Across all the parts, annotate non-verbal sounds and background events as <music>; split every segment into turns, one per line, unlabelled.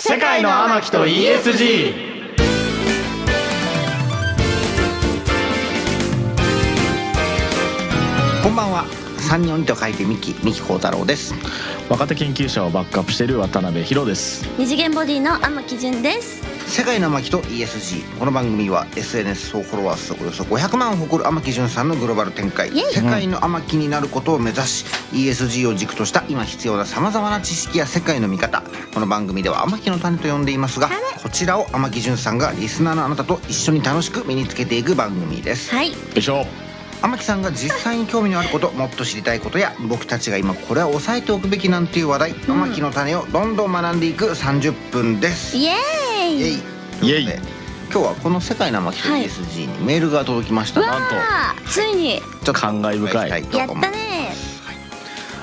世界の天木と ESG
こんばんは。三人鬼と書いてミキ、ミキ幸太郎です。
若手研究者をバックアップしている渡辺博です
二次元ボディの天木純です
世界の天木と ESG。この番組は SNS 総フォロワー数およそ500万を誇る天木潤さんのグローバル展開。
イエイ
世界の天木になることを目指し、ESG を軸とした今必要な様々な知識や世界の見方。この番組では天木の種と呼んでいますが、こちらを天木潤さんがリスナーのあなたと一緒に楽しく身につけていく番組です。
はい
よいしょ
天木さんが実際に興味のあることもっと知りたいことや僕たちが今これは押さえておくべきなんていう話題、天木の種をどんどん学んでいく30分ですイ
イエーイ
エイ
イエイ
ということで今日はこの「世界の天木と
はい
ESG」にメールが届きました、
うわあつい
ち
に
ょっと
感慨深い
たと
やっ
思う
たね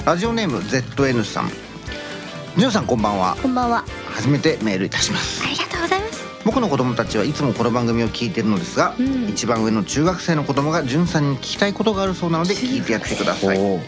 ラジオネーム ZN さんじゅんさんこんばんは
こんばんは
初めてメールいたします
ありがとうございます
僕の子供たちはいつもこの番組を聞いてるのですが、
うん
一番上の中学生の子供がじゅんさんに聞きたいことがあるそうなので聞いてやってください
おー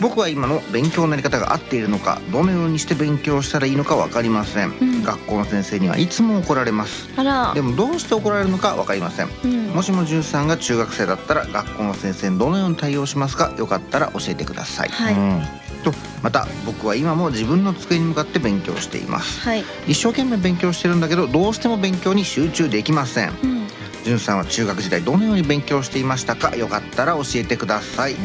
僕は今の勉強のやり方が合っているのかどのようにして勉強したらいいのか分かりません、
ん
学校の先生にはいつも怒られます
あら
でもどうして怒られるのか分かりません
うん
もしもじゅんさんが中学生だったら学校の先生にどのように対応しますかよかったら教えてください、
はい
うん
とまた僕は今も自分の机に向かって勉強しています
はい
一生懸命勉強してるんだけどどうしても勉強に集中できません
うん
じゅんさんは中学時代どのように勉強していましたかよかったら教えてください、じ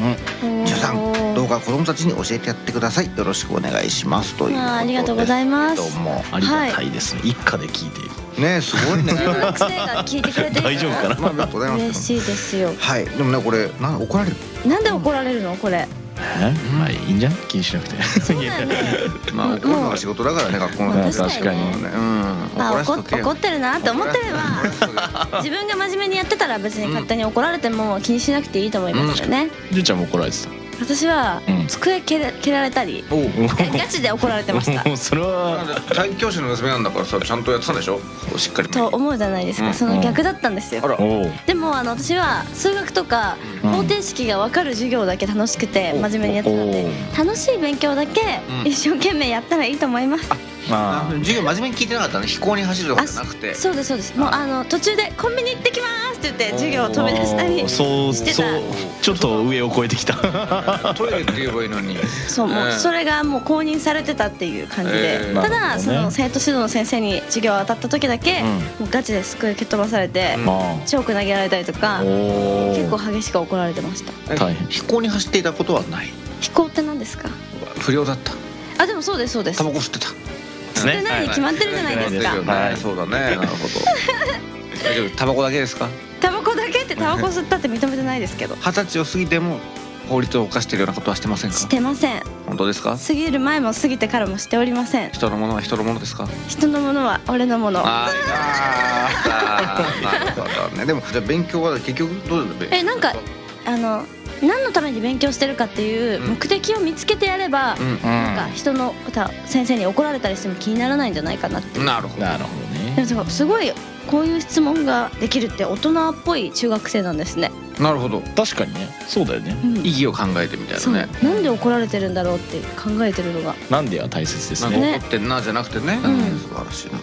ゅんさんどうか子供たちに教えてやってくださいよろしくお願いしますということです
わあありがとうございます
どうも
ありがたいですね、一家で聞いている
ねすごいね
中学生が聞いてくれてる
大丈夫かな
まあありがとうございま
嬉
す
しいですよ
はいでもねこれなん怒られる
なんで怒られるのこれ
ねまあいいんじゃん気にしなくて
そうだよね
まあ怒るのが仕事だからね学校の
まあ
先
確かに
生ねうん
あ
怒らせ
怒
とけ
っ怒ってるなって思ってれば
ば
自分が真面目にやってたら別に勝手に怒られても気にしなくていいと思いますよね、
じゅんちゃんも怒られてた
私は
うん
机蹴ら蹴られたり
おう
ガチで怒られてました
もうそれは
体育教師の娘なんだからさちゃんとやってたんでしょしっかり
と思うじゃないです
う
か
ん
その逆だったんですよ
あら
おう
でもあの私は数学とか
うん
方程式が分かる授業だけ楽しくて
お
真面目にやってたんで楽しい勉強だけ
うん
一生懸命やったらいいと思います
あ
まあ
授業真面目に聞いてなかったね飛行に走るとかじゃなくて
そうですそうですもうあの途中で「コンビニ行ってきます」って言って授業を飛び出したり
そう
してた
そうちょっと上を越えてきた
トイレって言えばいいのに
そうもう
ええ
それがもう公認されてたっていう感じ
え
で
え
なる
た
ほど
だ
ね
その生徒指導の先生に授業を当たった時だけ
うん
もうガチですくい蹴っ飛ばされて
ま
チョーク投げられたりと
あ
か
お
結構
ー
激しく怒られてました
大変
飛行に走っていたことはない
飛行って何ですか
不良だった
あでもそうですそうです
タバコ吸ってた
です
吸ってないに決まってるじゃないですか
はい
そうだねなるほど大丈夫タバコだけですか
タバコだけってタバコ吸ったって認めてないですけど
二十歳を過ぎても法律を犯してるようなことはしてませんか
してません
本当ですか
過ぎる前も過ぎてからもしておりません
人のものは人のものですか
人のものは俺のもの
あーあーなるほどねでもじゃあ勉強は結局どうだった
えなんかあの何のために勉強してるかっていう
うん
目的を見つけてやれば、
うん
なんか人のた先生に怒られたりしても気にならないんじゃないかなって
なるほど
なるほど
で
ね
もすごいこういう質問ができるって大人っぽい中学生なんですね、
なるほど
確かにねそうだよね
うん
意義を考えてみたい
そう
なね
なんで怒られてるんだろうって考えてるのが
なんでは大切です
なん
ね
か怒ってんなじゃなくてね
うん
うん素晴らしいな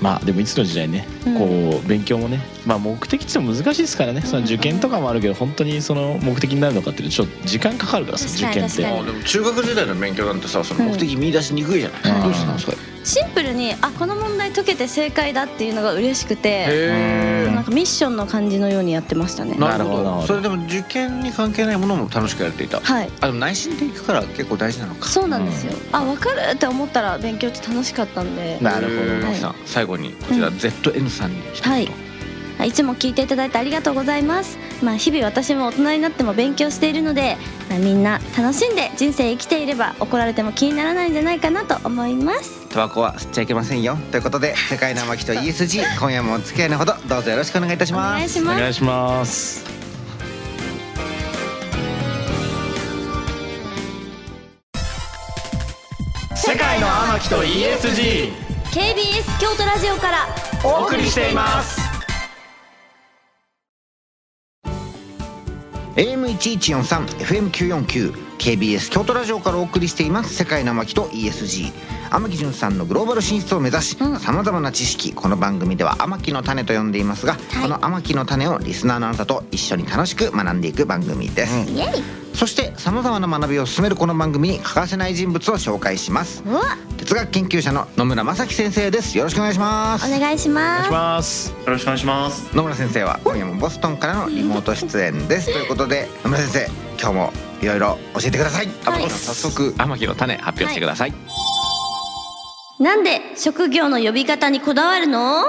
まあでもいつの時代ね
うん
こう勉強もねまあ目的って難しいですからねその受験とかもあるけど本当にその目的になるのかっていうのちょっと時間かかるからさ受
確か
験
に
って
確かに
もうでも中学時代の勉強なんてさその目的見出しにくいじゃない、
うん
どうしたのそれ
シンプルにあこの問題解けて正解だっていうのが嬉しくて
へ
なんかミッションの感じのようにやってましたね
な
な
なる
る
ほ
ほ
ど
どそれでも受験に関係ないものも楽しくやっていた
はい
あでも内心でいくから結構大事なのか
そうなんですよ、あ分かるって思ったら勉強って楽しかったんで
なるほど
えー
はい
さん最後にこちら
うん
ZN さんに一言
はいあいつも聞いていただいてありがとうございますまあ日々私も大人になっても勉強しているので、まあ、みんな楽しんで人生生きていれば怒られても気にならないんじゃないかなと思います
タバコは吸っちゃいけませんよということで世界の巻と ESG 今夜もお付き合いのほどどうぞよろしくお願いいたし
お
ま
願い
す
し
お
ます
願いします世界の天木と ESG
KBS 京都ラジオから
お送りしています
AM1143FM949 KBS 京都ラジオからお送りしています世界の巻と ESG 天木純さんのグローバル進出を目指し
うん
さまざまな知識この番組では天木の種と呼んでいますが、
い
この天木の種をリスナーのあなたと一緒に楽しく学んでいく番組です、
イエイ
そしてさまざまな学びを進めるこの番組に欠かせない人物を紹介します
うわ
哲学研究者の野村正樹先生ですよろしくお願いします
お願いし
お願い
ま
します
す
よろしくお願いします。
野村先生は今夜もボストンからのリモート出演ですということで野村先生今日もいろいろ教えてください、
はい
あ早速
天木の種発表してください、
なんで職業の呼び方にこだわるの
あ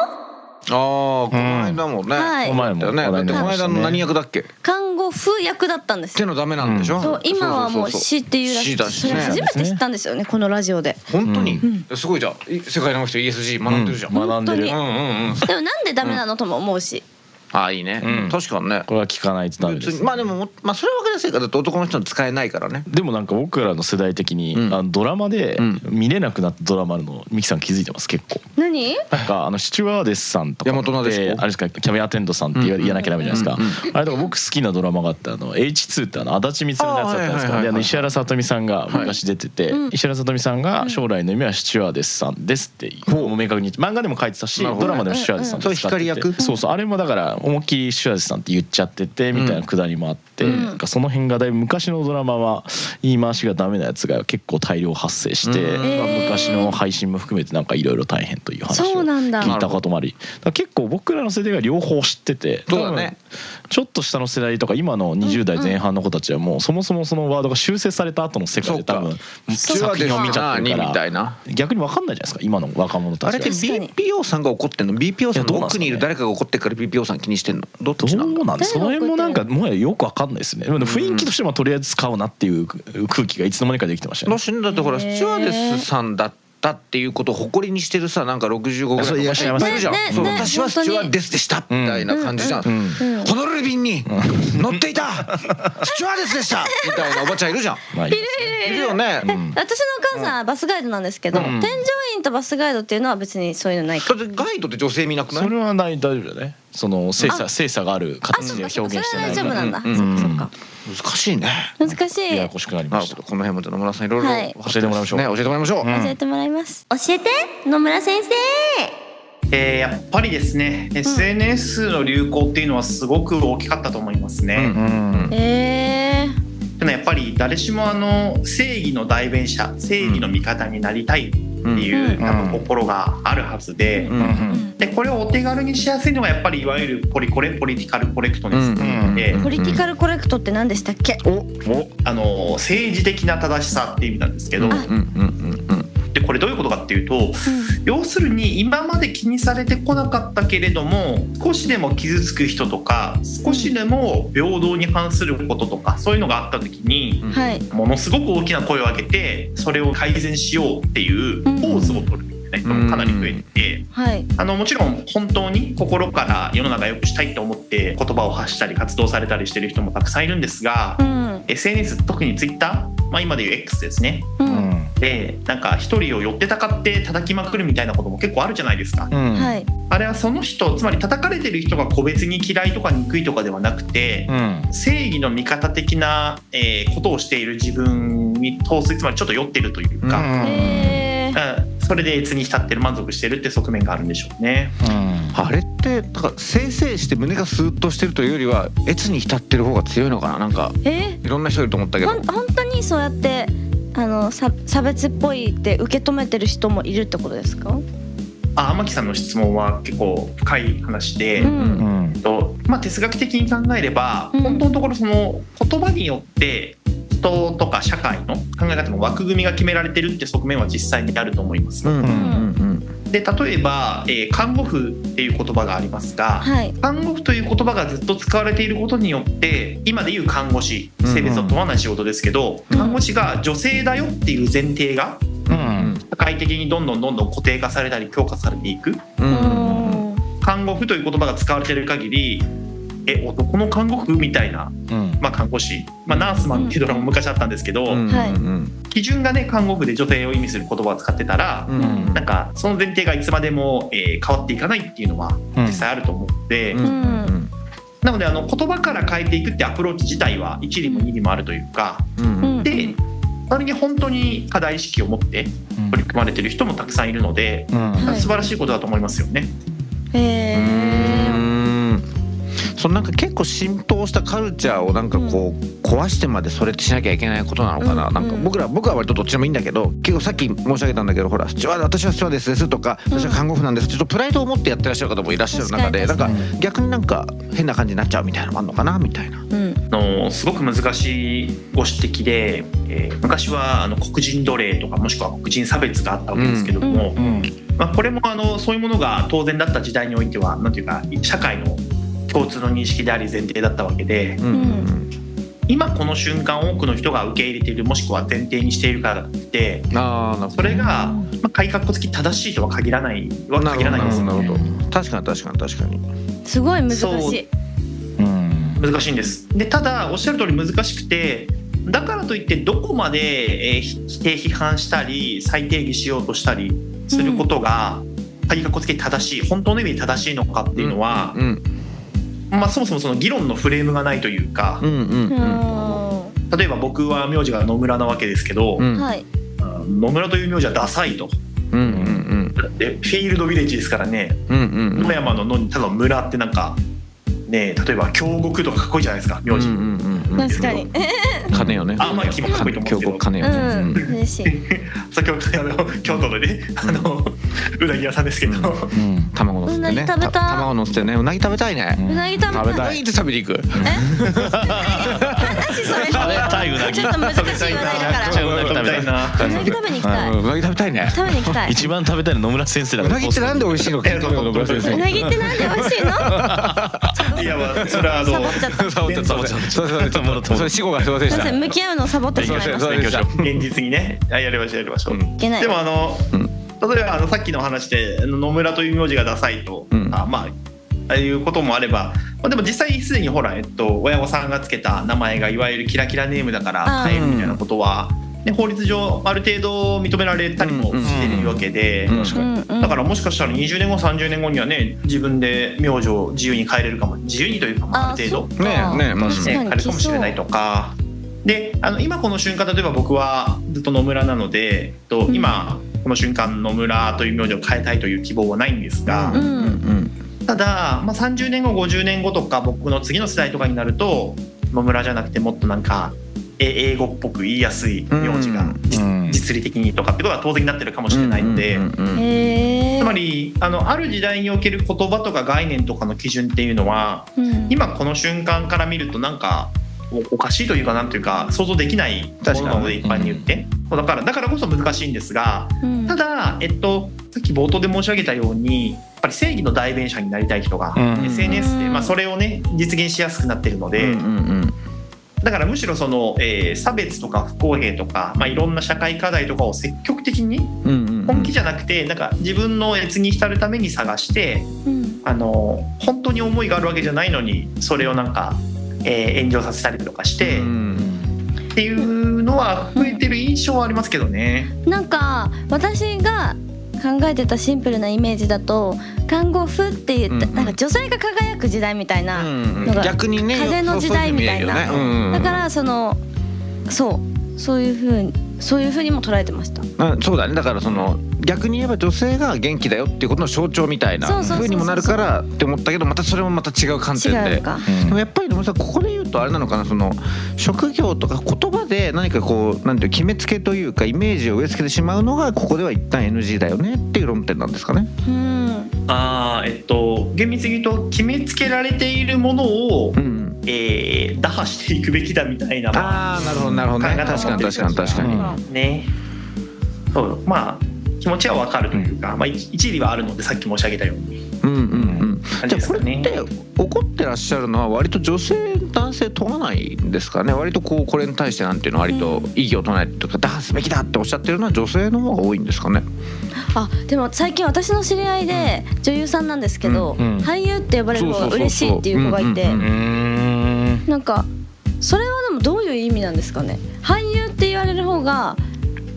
あこの間もね、
はい
こ
お前も
だよねだってこの間の何役だっけ、
看護婦役だったんです
手
よ
のダメなんでしょ、
そう今はもう
そうそうそう
死っていうらしい
死だし
そ
ね
れ初めて知ったんですよねこのラジオで
本当に、
ん
すごいじゃんい世界の人 ESG 学んでるじゃん、
う学んでる
本
う
当に
んうんうん
でもなんでダメなのとも思うし
ああいいね、
うん
確かにね
これは聞かないとダメで
別
す
にまあでもまあそれは分かりやすいからだって男の人の使えないからね
でもなんか僕らの世代的に、
うん
あのドラマで
うん
見れなくなったドラマあるのミキさん気づいてます結構
何
なんかあのシチュワーデスさんとか
大和なでしこ
あれですかキャビンアテンドさんって言わ
うん
言わなきゃダメじゃないですか、
うん
あれとか僕好きなドラマがあってあの H2 ってあの足立光弘のやつだったんですけ
あーはいはいはい
どであ
はい
の石原さとみさんが昔出てて、
うん
石原さとみさんが将来の夢はシチュワーデスさんですってもう明確に漫画でも書いてたし、
なるほどね
ドラマでもシチュワーデスさんですって言って
そういう光役
そうそうあれもだから思いっきりシチュワーデスさんって言っちゃっててみたいなくだりもあって、
うん
なんかその辺がだいぶ昔のドラマは言い回しがダメなやつが結構大量発生して、
うん
まあ昔の配信も含めてなんかいろいろ大変という話
そう
を
なんだ
聞いたこともありだから結構僕らの世代が両方知ってて
そうだね
多分ちょっと下の世代とか今の20代前半の子たちはもうそもそもそのワードが修正された後の世界で多
そ
分
う
作品を見ちゃってる
み
か
た
ら
いな
逆に分かんないじゃないですか今の若者た
あ
ち
れ
は
って
確かに
BPO さんが怒ってんの BPO さん
いやどう
の
なんすかね
奥にいる誰かが怒ってっから BPO さん気にしてんのどっちな
ど
の
うなんですその辺もなんかもはやよく分かんないですねでも雰囲気としてもとりあえず使うなっていう空気がいつの間にかできてました
だ
ね
しねだってほら
へ
ス
ー
チュワーデスさんだったっていうことを誇りにしてるさなんか65ぐらい
そういらっしゃいます
るじゃん、
ねね
そう
ね
私はスチュワーデスでしたみたいな感じじゃん、
うん
うん
ホノルル便に乗っていたスチュワーデスでしたみたいなおばちゃんいるじゃん
まあいいです
いるよね、
う
だ
ん
私のお母さんはバスガイドなんですけど、
ん
添乗員とバスガイドっていうのは別にそういうのないか
ってガイドって女性見なくない
それはない大丈夫だねその精査精査がある
あ
形
そ
で
うか
表
そうか
現
そ
し
れ
て
は
ない
大丈夫なんだ、
ん
そっかそっか
難しいね
難しい
ややこしくなり
ま
ま
あ
した
この辺も野村さんいろいろ
はい
教えてもらいましょうね教えてもらいましょう、
うん
教えてもらいます、教えて野村先生
えーやっぱりですね、SNS の流行っていうのはすごく大きかったと思いますね。
うん
え
でもやっぱり誰しもあの正義の代弁者、正義の味方になりたいっていう、
うん
多分
うん
心があるはずで。
うん
うん
でこれをお手軽にしやすいのがやっぱりいわゆるポリコレポリティカルコレクトネスっていうので、
ー、ポリティカルコレクトって何でしたっけ、
あの政治的な正しさっていう意味なんですけど、
うんうんうんうん
でこれどういうことかっていうと要するに今まで気にされてこなかったけれども少しでも傷つく人とか少しでも平等に反することとかそういうのがあった時に
うん
はい
ものすごく大きな声を上げてそれを改善しようっていうポーズを取るみたいな人もかなり増えてて。
はい
あのもちろん本当に心から世の中良くしたいと思って言葉を発したり活動されたりしてる人もたくさんいるんですが、
うん、
SNS 特に Twitter、まあ、今でいう X ですね
う
うんん
でなんか一人を寄ってたかって叩きまくるみたいなことも結構あるじゃないですか
うん
はい
あれはその人つまり叩かれてる人が個別に嫌いとか憎いとかではなくて
うん
正義の味方的な、えーことをしている自分に陶酔つまりちょっと酔ってるというか、
えー
うんそれで悦に浸ってる満足してるって側面があるんでしょうね
うん
あれってだからせいせいして胸がスーッとしてるというよりは越に浸ってる方が強いのかななんか
え
いろんな人いると思ったけ
ー、
ど
ほん本当にそうやってあのさ差別っぽいって受け止めてる人もいるってことですか、
あ天木さんの質問は結構深い話で、
うん
うん
とまあ、哲学的に考えれば、
うん
本当のところその言葉によって人とか社会の考え方の枠組みが決められてるって側面は実際にあると思います。
うんうんうん
で例えば、えー看護婦っていう言葉がありますが
はい
看護婦という言葉がずっと使われていることによって今でいう看護師性別を問わない仕事ですけど、
うん
看護師が女性だよっていう前提が
う
うん
ん
社会的にどんどんどんどん固定化されたり強化されていく
う
うん
うん
ん
看護婦という言葉が使われている限りえ男の看護婦みたいな
うん
まあ、看護師、まあ、ナースマンっていうドラマも昔あったんですけど、
うん
はい
うん
基準がね看護婦で女性を意味する言葉を使ってたら、
うんうん
なんかその前提がいつまでも、えー変わっていかないっていうのは
うん
実際あると思うので、
うんうん
なのであの言葉から変えていくってアプローチ自体は一理も二理もあるというか
うん
うん
で割に本当に課題意識を持って取り組まれてる人もたくさんいるので
うん
はい
素晴らしいことだと思いますよね。
へ
う
ー
んそのなんか結構浸透したカルチャーをなんかこう壊してまでそれってしなきゃいけないことなのかな,、
うん
なんか僕ら僕は割とどっちでもいいんだけど結構さっき申し上げたんだけどほらスチュワード私はスチュワーですですとか
うん
私は看護婦なんですちょっとプライドを持ってやってらっしゃる方もいらっしゃる中でなん
確か
か
に
逆になんか変な感じになっちゃうみたいなのもあるのかなみたいな。
うん
あのすごく難しいご指摘で、えー昔はあの黒人奴隷とかもしくは黒人差別があったわけですけども、
うん
まあ、これもあのそういうものが当然だった時代においてはなんていうか社会の共通の認識であり前提だったわけで
うんうん
今この瞬間多くの人が受け入れているもしくは前提にしているからって
うんあーなるほ
それが、まあ、改革付き正しいとは限らないは
どな
限らないんですよ
るほどなる
ね
ほど確かに確かに確かに。
すごい難し
そう
い
うん
難しいんですでただおっしゃる通り難しくてだからといってどこまで、えーひ否定批判したり再定義しようとしたりすることが、改革付き正しい本当の意味で正しいのかっていうのは、
うん
まあ、そもそもその議論のフレームがないというか
う、んうんうんん
う
例えば僕は名字が野村なわけですけど、
うん
はい
野村という名字はダサいと
うんうん
だってフィールドビレッジですからね
うんうんうん
野山の野にただの村ってなんかね例えば京極とかかっこいいじゃないですか名字、
うんうんうんうん
確かに
金よね。
あまあ君もかっこいいと思うけ
強
ど
豪金よ
う
ね。
ん嬉しい
先ほどあの京都のねあのうなぎ屋さんですけど、
う
う
ん
ん
卵乗せて
うなぎ
ね。
食べたい
た卵乗せてね。うなぎ食べたいね。
うなぎ食べ
食べ
た
た
い
い
いつ食べに行く。
私それ
食べたいうなぎ
ちょっと難しい話題
食べうなぎ食
だから
<laughs>
べたい
うなぎ食べに
な
行きたい
うんうなぎ食べたいね。
食べに行きたい
一番食べたいの野村先生だ
う
から
なぎってなんで美味しいのか。
そうそう
野村先
う
生
なぎってなんで美味しいの
いやまあそれはあの
サボっちゃっ
<laughs>
た
サボっちゃった。そうそうそう
もろとも
それ死後がすいませんで
な
し
ぜ
た。
向き合うのをサボってしまいましたい
そう
勉強しよう
現実にねあやりましょうやりましょう、
うん
けない
でもあの、例えばあのさっきの話であの野村という名字がダサいと、
うん
あまあああいうこともあれば、まあ、でも実際すでにほら、えっと、親御さんがつけた名前がいわゆるキラキラネームだから
あー
変えるみたいなことは、ね、法律上ある程度認められたりもしているわけで、
うんうん
うんうん
だからもしかしたら20年後30年後にはね自分で名字を自由に変えれるかも自由にというかまああ
あ
る程
そ
度
っか
ねえねえまあ
確
ね
か
変え
に
るかもしれないとかであの今この瞬間例えば僕はずっと野村なので、えっと
うん
今この瞬間野村という名字を変えたいという希望はないんですが、
うん
うん
ただ、まあ、30年後50年後とか僕の次の世代とかになると野村じゃなくてもっとなんかえ英語っぽく言いやすい名字が、
うん
実
うん
実利的にとかってことは当然になってるかもしれないので。
うんうんうん
へえ
つまりあのある時代における言葉とか概念とかの基準っていうのは
うん
今この瞬間から見るとなんかおおかしいというかなんというか想像できないものなので一
確か
般
に
に言って、そうだからだからこそ難しいんですが
うん
ただ、えっと、さっき冒頭で申し上げたようにやっぱり正義の代弁者になりたい人が、
うん
SNS で、
うん
まあ、それをね実現しやすくなってるので、
うんうん
だからむしろその、えー差別とか不公平とか、まあ、いろんな社会課題とかを積極的に
うんうんうん
本気じゃなくて、なんか自分の越に浸るために探して
うん
あの本当に思いがあるわけじゃないのにそれをなんか、えー炎上させたりとかして、
うん
っていうのは増えてる印象はありますけどね。
なんか私が考えてたシンプルなイメージだと看護婦って言って、
うんうん
なんか女性が輝く時代みたい
う
な、
んうん逆にね
風の時代みたいな
そううふうに見えるよねうんうん
だからそのそうそういうふうにそういうふうにも捉えてました
うん、そうだねだからその逆に言えば女性が元気だよっていうことの象徴みたいな
そうそうそうそう
風にもなるからって思ったけどまたそれもまた違う観点
違う
で
の。か
でもやっぱりでもさここで言うとあれなのかなその職業とか言葉で何かこうなんていう決めつけというかイメージを植え付けてしまうのがここでは一旦 NG だよねっていう論点なんですかね。
うん
あーえっと、厳密に言うと決めつけられているものを、
うん、
えー打破していくべきだみたいな、
ああなるほどなるほどね
考え
確
方
か
も
に確かに確かに。
うん
ねそうまあ気持ちはわかるというか、まあ、一一理はあるのでさっき申し上げたように
うんうんうん、
感
じ
じ
ゃ
で
あ
す
こ
か
れっ
ね。
て怒ってらっしゃるのは割と女性男性問わないんですかね割とこうこれに対してなんていうの割と異議を唱えるとか打破すべきだっておっしゃってるのは女性の方が多いんですかね。
あでも最近私の知り合いで女優さんなんですけど、
うんうん
俳優って呼ばれる方が嬉しいっていう子がいて、
そうそうそううんうんうん
うん
なんかそれはでもどういう意味なんですかね俳優って言われる方が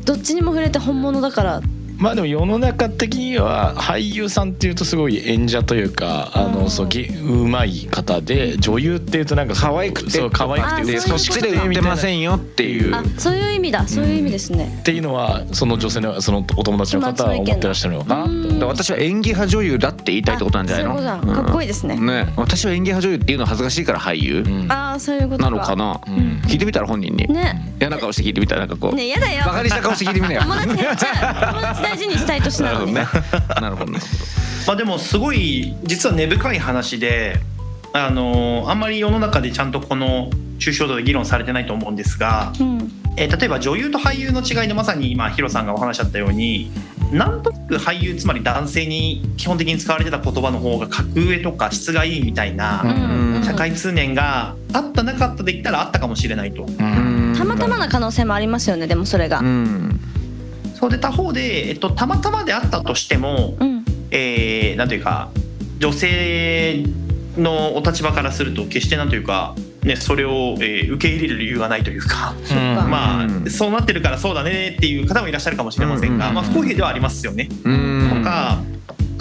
どっちにも触れて本物だから
まあでも世の中的には俳優さんっていうとすごい演者というかあ
うん
のそうぎうまい方で女優っていうとなんか
可愛くて
そう可愛
あ
くて
ー
で
そ
そっ
美
ういうこと
しく
ち
て
で売っ
み
て
たいな
ませんよっていう
あそういう意味だそういう意味ですね、
っていうのはその女性のそのお友達の方は思ってらっしゃるのかな
うん
だから私は演技派女優だって言いたいってことなんじゃないの
あそういうことだかっこいいですね
うんね私は演技派女優っていうの恥ずかしいから俳優
うん
ああそういうこと
なのかな、
うん
聞いてみたら本人に、
ね
嫌な顔して聞いてみたらなんかこう、
ねやだよ
バカにした顔して聞いてみなよ
友達減っちゃう友達大事にしたい年なのに、ね、
なるほどね
まあ、でもすごい実は根深い話で、あのーあんまり世の中でちゃんとこの抽象度で議論されてないと思うんですが、
うん
えー例えば女優と俳優の違いでまさに今ヒロさんがお話しあったようになんとなく俳優つまり男性に基本的に使われてた言葉の方が格上とか質がいいみたいな
うん
うん
社会通念があったなかったで言ったらあったかもしれないと。
うん
たまたまな可能性もありますよねでもそれが
うん
そうで他方で、えっと、たまたまであったとしても
うん
えーなんというか女性のお立場からすると決してなんというか、ね、それを、えー受け入れる理由がないというか、
うん
か
まあ
まあ
うん
そうなってるからそうだねっていう方もいらっしゃるかもしれませんが、
うん
まあ、不公平ではありますよね。
うん
とか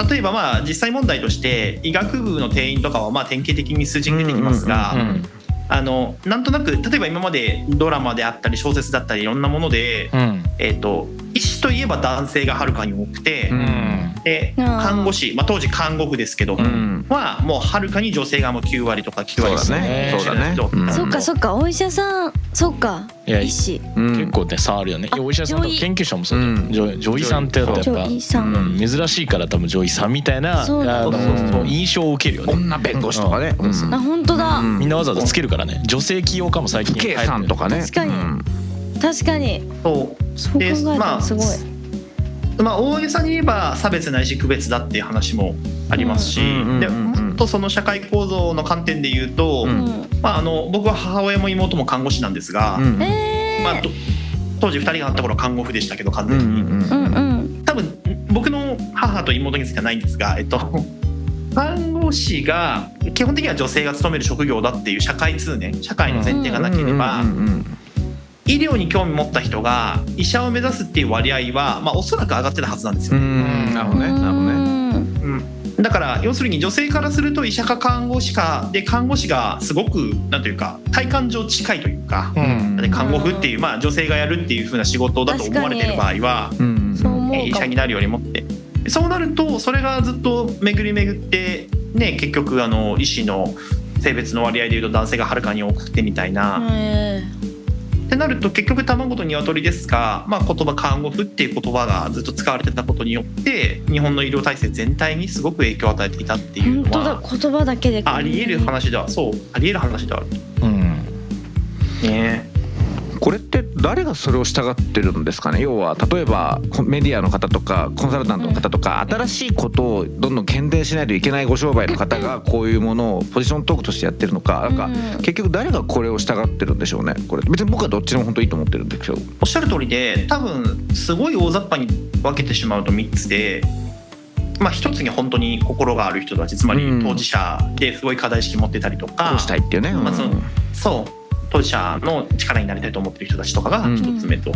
例えばまあ実際問題として医学部の定員とかはまあ典型的に数字に出てきますが、
うんうんうんうん
あのなんとなく例えば今までドラマであったり小説だったりいろんなもので、
うん
えー、と医師といえば男性がはるかに多くて。
うん
で
あー
看護師、まあ、当時看護婦ですけど、
うん
はもうはるかに女性がもう9割とか9割
そうだ
ね
そうだね
そうだねうん
そっかそっかお医者さんそっか
いや
医師
うん
結構ね差あるよねいやお医者さんとか研究者もそうだよ
うん
女女医さんってやっぱ
女医さん、
うん
珍しいから多分女医さんみたいなあ
そうだ
の
そうそうそう
印象を受けるよね
女弁護士とかね、
うん
うん
あ本当だ、
うん
みんなわざわざつけるからね女性起用家も最近
父兄さんとかね
確かに確かに
そ
そう考えた
ま
ら
あ
すごい、
うまあ大げさに言えば差別ないし区別だっていう話もありますし、
うん
で
うんうんうん
もっとその社会構造の観点で言うと、
うん
まあ、あの僕は母親も妹も看護師なんですが、
うんうん
え
まあ、
ー
と当時2人があった頃看護婦でしたけど完
う
全に、
ん
うん
うん
うん
多分僕の母と妹についてはないんですがえっと看護師が基本的には女性が勤める職業だっていう社会通念社会の前提がなければ、
うんうん
医療に興味持った人が医者を目指すっていう割合は、まあ、おそらく上がってたはずなんです
う
よ、
んなるほどねなるほどね
ね
だから要するに女性からすると医者か看護師かで看護師がすごくなんというか体感上近いというか、
うん
で看護婦っていう、まあ、女性がやるっていう風な仕事だと思われてる場合は、
うんうん
そう思うかも
えー医者になるよりもってそうなるとそれがずっと巡り巡って、ね、結局あの医師の性別の割合でいうと男性がはるかに多くてみたいな。
え
ってなると結局卵と鶏ですが、まあ、言葉看護婦っていう言葉がずっと使われてたことによって日本の医療体制全体にすごく影響を与えていたって
ー
い
本
うの
当だ
は
言葉だけで
ありえる話ではそうありえる話ではある
うん
ね
これって誰がそれを従ってるんですかね要は例えばメディアの方とかコンサルタントの方とか新しいことをどんどん検定しないといけないご商売の方がこういうものをポジショントークとしてやってるのかなんか
うん
結局誰がこれを従ってるんでしょうねこれ別に僕はどっちでも本当いいと思ってるんですけど
おっしゃる通りで多分すごい大雑把に分けてしまうと3つで。まあ、一つに本当に心がある人たちつまり
うん
当事者ですごい課題意識持ってたりとか、
こうしたいっていうね、うん
まあそのそう当事者の力になりたいと思ってる人たちとかが
うん
1つ目と。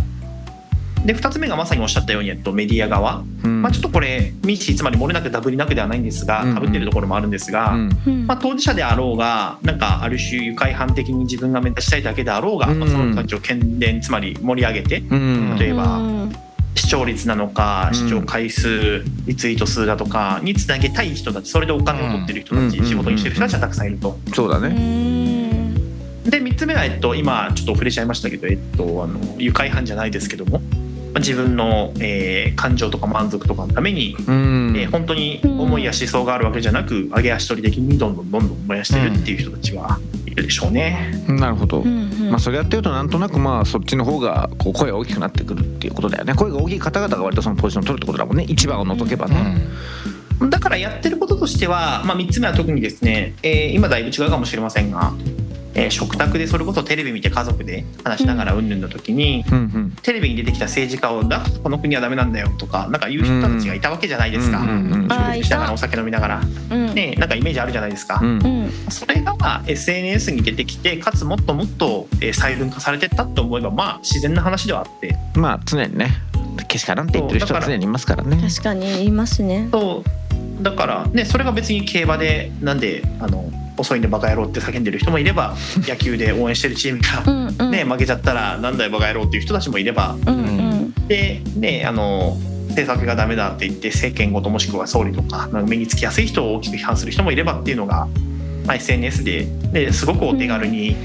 で2つ目がまさにおっしゃったようにえっとメディア側、
うん
まあ、ちょっとこれミシつまり漏れなくダブりなくではないんですが
うん
かぶってるところもあるんですが、
うん
うん
まあ、当事者であろうがなんかある種愉快犯的に自分が目指したいだけであろうが、まあ、
うん
その人たちを喧伝つまり盛り上げて
うん
例えば
うん
視聴率なのか
うん
視聴回数リツイート数だとかにつなげたい人たちそれでお金を取ってる人たち、
うん
仕事にしてる人たちはたくさんいると。
そうだ
う
ね
ん
で3つ目は、えっと、今ちょっと触れちゃいましたけど、えっと、あの愉快犯じゃないですけどもまあ自分の、えー感情とか満足とかのために、
うん
えー本当に思いや思想があるわけじゃなく揚げ足取り的にどんどんどんどん燃やしてるっていう人たちはいるでしょうね。
なるほど、
うん
まあ、それやってるとなんとなくまあそっちの方がこう声が大きくなってくるっていうことだよね声が大きい方々が割とそのポジションを取るってことだもんね一番を除けば
う
ね、
ん
だからやってることとしては、まあ、3つ目は特にですね、えー今だいぶ違うかもしれませんが、えー食卓でそれこそテレビ見て家族で話しながらうんぬんの時に、
うんうん
テレビに出てきた政治家を「だこの国はダメなんだよ」とかなんか言う人たちがいたわけじゃないですか。
うんうんうん
あーいた
しながらお酒飲みながら、
うん
ね、なんかイメージあるじゃないですか、
うん
うん
それがまあ SNS に出てきてかつもっともっとえー細分化されてったって思えばまあ自然な話ではあって
まあ常にねけしからんって言ってる人は常にいますからね。
確かにいますね
そうだからねそれが別に競馬でなんであの遅いんでバカ野郎って叫んでる人もいれば野球で応援してるチーム
う
が、
んうん
ね、負けちゃったらなんだよバカ野郎っていう人たちもいれば
うんうん
でねあの政策がダメだって言って政権ごともしくは総理とかなんか目につきやすい人を大きく批判する人もいればっていうのが、まあ、SNS でですごくお手軽に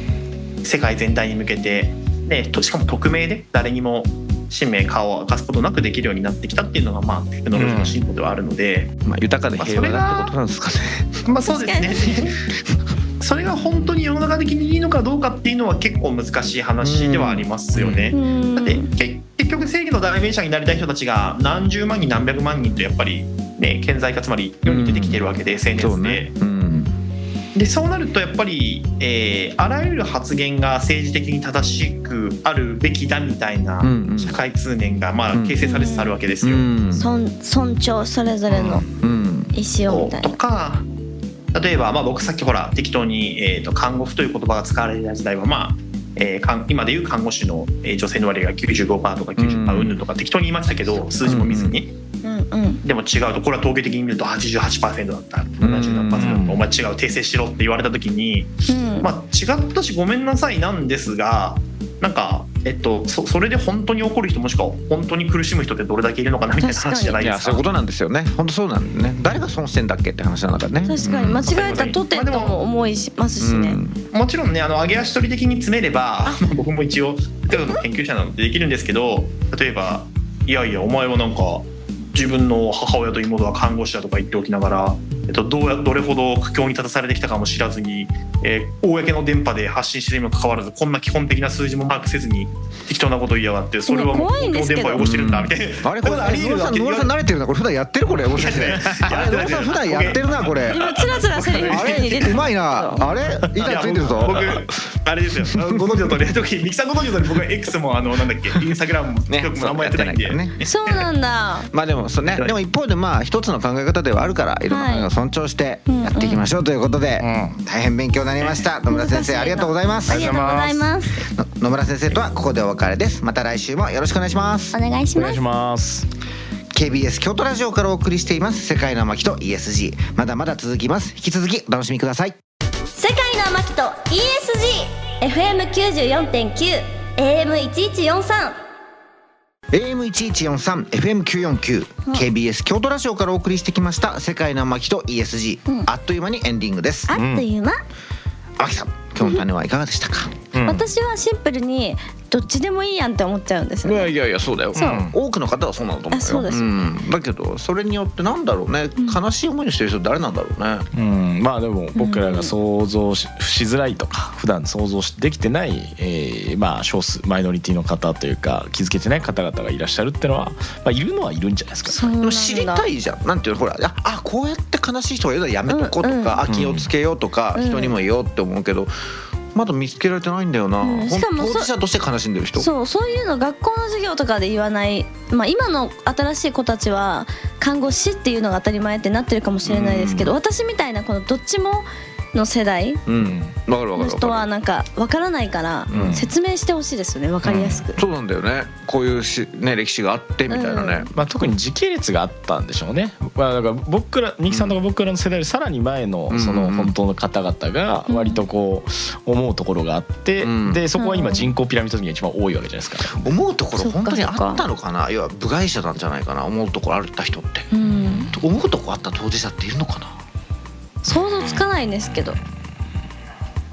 世界全体に向けて、ね、としかも匿名で誰にも氏名顔を明かすことなくできるようになってきたっていうのが、まあ、テクノロジーの進歩ではあるので、
まあ、豊かで平和だってことなんですかね。
まあそうですね
確かに
<laughs> それが本当に世の中的にいいのかどうかっていうのは結構難しい話ではありますよね。
うん
だってけ結局正義の代弁者になりたい人たちが何十万人何百万人とやっぱり、ね、顕在化つまり世に出てきてるわけで、
そう
SNS で
ね。うん。
でそうなるとやっぱり、えーあらゆる発言が政治的に正しくあるべきだみたいな
うんうん
社会通念がまあ
うん
形成されつつあるわけです
う
よ。
ん。
尊尊重それぞれの
うん。
意思をみたい
と
な
か例えば、まあ、僕さっきほら適当に、えー、と看護婦という言葉が使われてた時代は、まあえー看今でいう看護師の、えー女性の割合が95%とか90%
うん
うんぬんとか適当に言いましたけど数字も見ずに、
うんうん
でも違うとこれは統計的に見ると88%だった
うん
70何パーセントだったお前違う訂正しろって言われた時に、
うん
まあ、違ったしごめんなさいなんですがなんか、えっと、そそれで本当に怒る人もしくは本当に苦しむ人ってどれだけいるのかなみたいな話じゃない
い
で
や
す
そ
か。
ういうことなんですよね。本当そうなんだよね。誰が損してんだっけって話なんだからね。
確かに間
う
違えたとてとも思いますし
ん
ね
もちろんねあの上げ足取り的に詰めればまあ僕も一応科学の研究者なのでできるんですけど例えば「いやいやお前はなんか自分の母親と妹は看護師だ」とか言っておきながら、えっと、どうやどれほど苦境に立たされてきたかも知らずに、えー公の電波で発信してるにもかかわらずこんな基本的な数字もマークせずに適当なこと言いやがってそれはもう
怖いんで
公の
すけど
電波を汚してるんだみたいな。
あれこれ
だからありえ
野
る
村
わ
さん
け
野村さん慣れてるなこれ普段やってるこれもしかして。あれ野村さん普段やってるなこれ。
今つらつらセリフ
あ
手に出て
れうまいな。あれ板ついてるぞ。
いや僕あれですよあのご存知のとり時ミキさんご存知のとり僕は X もあのなんだっけインスタグラムも TikTok もあんまやってないんで、
そうやってないからね
そうなんだ
まあでもそうね、でも一方でまあ一つの考え方ではあるからいろんな考えを尊重して
うんうん
やっていきましょうということで、
う
大変勉強になりました野村先生ありがとうございます
ありがとうございます
の野村先生とはここでお別れですまた来週もよろしくお願いします
お願いし
お
ま
願い
す
します。
KBS 京都ラジオからお送りしています世界の巻と ESG まだまだ続きます引き続きお楽しみください
世界の天木と ESGFM94.9 AM1143
AM1143 FM949
うん
KBS 京都ラジオからお送りしてきました世界の巻と ESG、
うん
あっという間にエンディングです
あっという間、
あきさん今日の種はいかがでしたか
うん
私はシンプルにどっちでもいいやんって思っちゃうんですよね
<laughs> いやいやそうだよ、
そう
多くの方はそうなのと思うよ
あそうです
ん、だけどそれによってなんだろうね
うん
悲しい思いをしてる人誰なんだろうね、
うん、まあでも僕らが想像ししづらいとか普段想像しできてない、えーまあ少数マイノリティの方というか気づけてない方々がいらっしゃるってのは、まあ、いるのはいるんじゃないですか
そうなん
で
だ
も知りたいじゃんなんていうのほらああこうやって悲しい人がいるのはやめとこうとか、
うんうん
あ気をつけようとか、
うん
人にも言おうって思うけどまだ見つけられてないんだよな、
うんしかも
ほん
そ
当事者として悲しんでる人
そうそういうの学校の授業とかで言わない、まあ、今の新しい子たちは看護師っていうのが当たり前ってなってるかもしれないですけど、
う
私みたいなこのどっちもの世代
うんわかるわか
の
るわ
人
か
は
る
なんかわからないから
うん
説明してほしいですよねわかりやすく、
そうなんだよねこういうし、ね、歴史があってみたいなね、
まあ、特に時系列があったんでしょうね、まあ、だから僕ら二木さんとか僕らの世代よりさらに前の
うん
その本当の方々が割とこう思うところがあって、
うん
でそこは今人口ピラミッド的には一番多いわけじゃないですか。
思うとこ
そ
ろ
っか
本当に
そ
あ
っか
ったのかないや部外者なんじゃないかな思うところあった人って
うん、
思うとこあった当事者っているのかな
想像つかないんですけど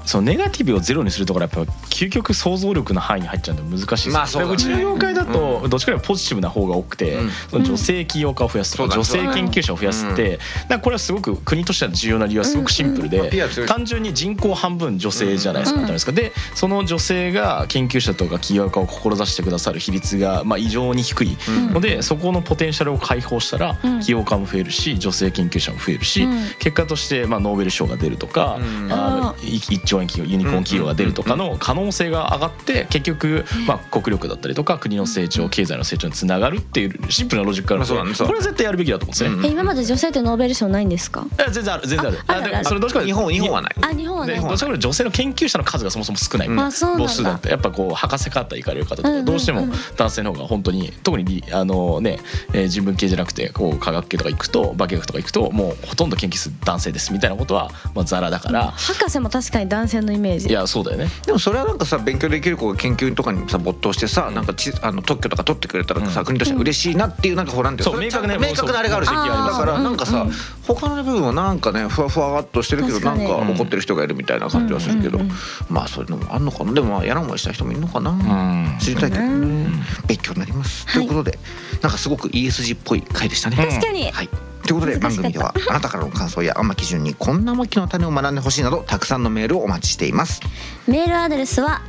そのネガティブをゼロにするところはやっぱ究極想像力の範囲に入っちゃうんで難しいです、
まあそうだね
うちの業界だ
う
とどっちかというとポジティブな方が多くて、
うん
その女性起業家を増やすとか、
うん
女性研究者を増やすって、なんかこれはすごく国としては重要な理由はすごくシンプルで、
ピア強い
単純に人口半分女性じゃないですか,、
うん
ですかでその女性が研究者とか起業家を志してくださる比率がまあ異常に低い
うん
のでそこのポテンシャルを解放したら
うん
起業家も増えるし女性研究者も増えるし、
うん
結果としてまあノーベル賞が出るとか、
うん
あのい1兆兆円企業ユニコーン企業が出るとかの可能性が上がって結局、まあ、国力だったりとか国の成長経済の成長につながるっていうシンプルなロジックから
まあそうだねそう
これは絶対やるべきだと思うんですね。
うん
え今まで女性ってノーベル賞ないんですか
いや全然ある全然ある
ああるある
でそれどっちかという
日
と
本日本はない
あ日本は
で
ね
どちらかというと女性の研究者の数がそもそも少ない、
うん
あそうなんだ
母数だってやっぱこう博士課程行かれる方と
うんうんう
か
ん
どうしても男性の方が本当に特に理あの、ねえー人文系じゃなくてこう科学系とか行くと化学とか行くともうほとんど研究する男性ですみたいなことは、まあ、ザラだから、
博士も確かに男性のイメー
い
ジ
やそうだよね
でもそれはなんかさ勉強できる子が研究とかにさ没頭してさなんかちあの特許とか取ってくれたらさ、
うん
国としては嬉しいなっていうなんかほらなんてい
そう
れ
明確な
ちゃんと明確なあれがあるじゃん
そうあー
だからなんかさ、
うん
他の部分はなんかねふわふわっとしてるけど
確
な
か
ん
に
か怒ってる人がいるみたいな感じはするけど、
うんうんうん
まあそういうのもあんのかなでもまあ嫌な思いした人もいるのかな、
うん
知りたいけどね、
うん
勉強になります、
は
とい
い
うことでなんかすごく ESG っぽい回でしたね
確かに
はい、ということで
難
番
しか
組
っ
で
た
はあなたからの感想や天木順にこんな天木の種を学んでほしいなどたくさんのメールをお待ちしています
メールアドレスは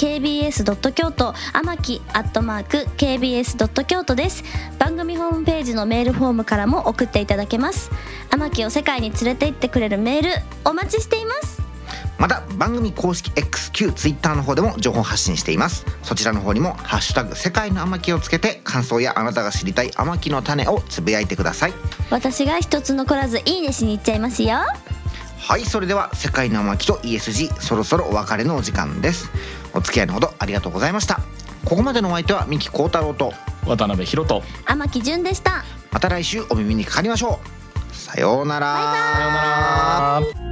amaki.kbs.kyoto 天木 .kbs.kyoto です番組ホームページのメールフォームからも送っていただけます天木を世界に連れて行ってくれるメールお待ちしています
また番組公式 XQ ツイッターの方でも情報発信していますそちらの方にも「ハッシュタグ世界の天木」をつけて感想やあなたが知りたい天木の種をつぶやいてください
私が一つ残らずいいねしに行っちゃいますよ
はいそれでは「世界の天木」と ESG そろそろお別れのお時間ですお付き合いのほどありがとうございましたここまでのお相手は三木幸太郎と
渡辺宏斗
天木純でした
また来週お耳にかかりましょうさようなら
さようなら